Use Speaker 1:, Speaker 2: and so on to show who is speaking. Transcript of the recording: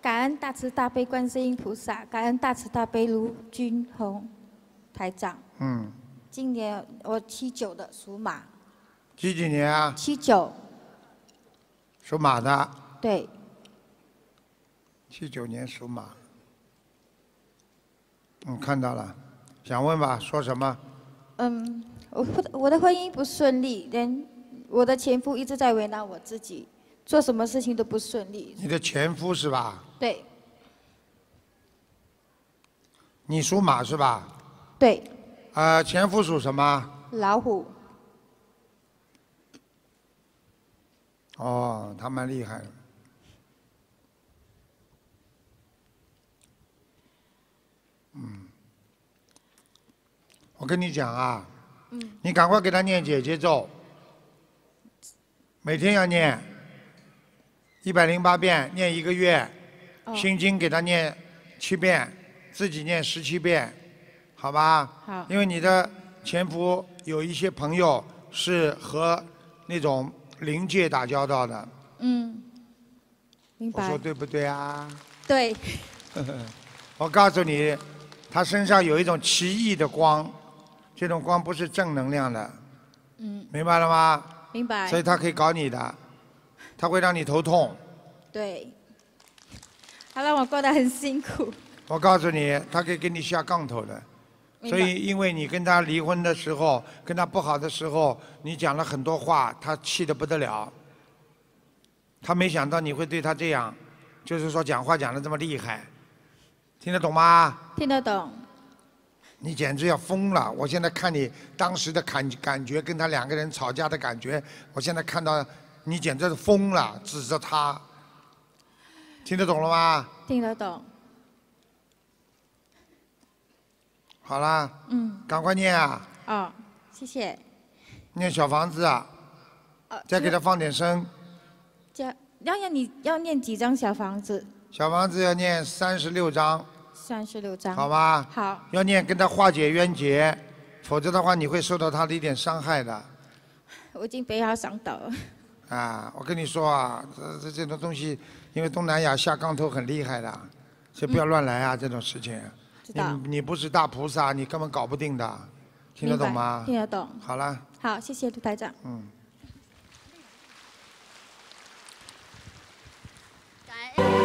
Speaker 1: 感恩大慈大悲观世音菩萨，感恩大慈大悲卢军宏台长。
Speaker 2: 嗯，
Speaker 1: 今年我七九的属马，
Speaker 2: 几几年啊？
Speaker 1: 七九
Speaker 2: 属马的，
Speaker 1: 对，
Speaker 2: 七九年属马。嗯，看到了，想问吧，说什么？
Speaker 1: 嗯，我婚我的婚姻不顺利，连我的前夫一直在为难我自己，做什么事情都不顺利。
Speaker 2: 你的前夫是吧？
Speaker 1: 对
Speaker 2: 你属马是吧？
Speaker 1: 对，
Speaker 2: 呃，前夫属什么？
Speaker 1: 老虎
Speaker 2: 哦，他蛮厉害的。嗯，我跟你讲啊，
Speaker 1: 嗯
Speaker 2: 你赶快给他念姐姐咒，每天要念一百零八遍，念一个月。
Speaker 1: 哦
Speaker 2: 心经给他念七遍，自己念十七遍，好吧？
Speaker 1: 好
Speaker 2: 因为你的前夫有一些朋友是和那种灵界打交道的，
Speaker 1: 嗯，明
Speaker 2: 我说
Speaker 1: 白。
Speaker 2: 对不对啊？
Speaker 1: 对，
Speaker 2: 我告诉你，他身上有一种奇异的光，这种光不是正能量的，
Speaker 1: 嗯，哎
Speaker 2: 明白了吗？
Speaker 1: 明白
Speaker 2: 所。以他可以搞你的，他会让你头痛。
Speaker 1: 对，他让我过得很辛苦。
Speaker 2: 我告诉你，他可以给你下杠头的。
Speaker 1: 明
Speaker 2: 所
Speaker 1: 白
Speaker 2: 以，因为你跟他离婚的时候，跟他不好的时候，你讲了很多话，他气得不得了。他没想到你会对他这样，就是说讲话讲得这么厉害，听得懂吗？
Speaker 1: 听得懂。
Speaker 2: 你简直要疯了！我现在看你当时的感感觉，跟他两个人吵架的感觉，我现在看到你简直是疯了，指着他，听得懂了吗？
Speaker 1: 听得懂，
Speaker 2: 好啦，
Speaker 1: 嗯，
Speaker 2: 赶快念啊，
Speaker 1: 哦，谢谢。
Speaker 2: 念小房子啊，
Speaker 1: 哦，
Speaker 2: 再给他放点声。
Speaker 1: 加，要要你要念几张小房子？
Speaker 2: 小房子要念三十六章，
Speaker 1: 三十六张。
Speaker 2: 好啊吗？
Speaker 1: 好，
Speaker 2: 要念跟他化解冤结，否则的话你会受到他的一点伤害的。
Speaker 1: 我已经备好上岛了。
Speaker 2: 啊，我跟你说啊，这这这种东西，因为东南亚下杠头很厉害的，所以不要乱来啊，这种事情。
Speaker 1: 嗯知
Speaker 2: 你
Speaker 1: 道。
Speaker 2: 你不是大菩萨，你根本搞不定的，听得懂
Speaker 1: 明白
Speaker 2: 吗？
Speaker 1: 听得懂。
Speaker 2: 好了，
Speaker 1: 好，谢谢卢台长。
Speaker 2: 嗯。
Speaker 3: 感恩。